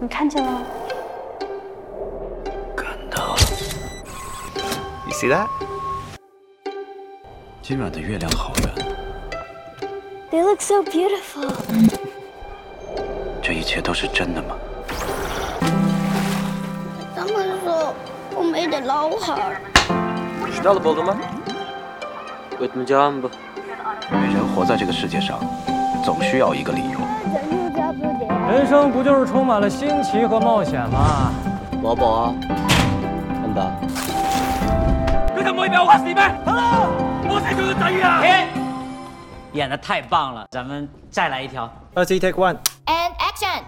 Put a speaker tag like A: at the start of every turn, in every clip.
A: 你看见了吗？
B: 感到了。You see that？今晚的月亮好圆，
A: They look so beautiful.
B: 这一切都是真的吗？
C: 他们说我没得脑海儿。
D: İştahlı oldu mu? Götmeyeceğim bu.
B: 因为人活在这个世界上，总需要一个理由。
E: 人生不就是充满了新奇和冒险吗？
D: Baba. ağa. Ben daha.
F: 演的太棒了，咱们再来一条。
E: 二 C take one。
C: And action！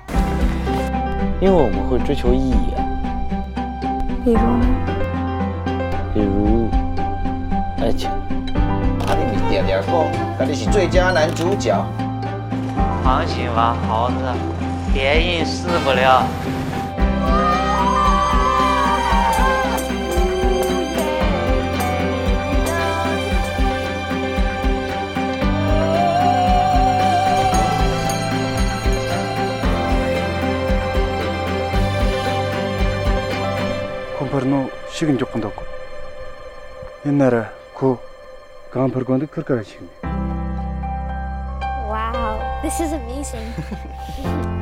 G: 因为我们会追求意义啊，
A: 比如呢？
G: 比如爱情。
F: 行情吧，猴子，别硬试不了。
H: 컴퍼르노 식은 조건 덥고 옛날에 그 컴퍼르건도 그렇게 식네
A: Wow, this is amazing.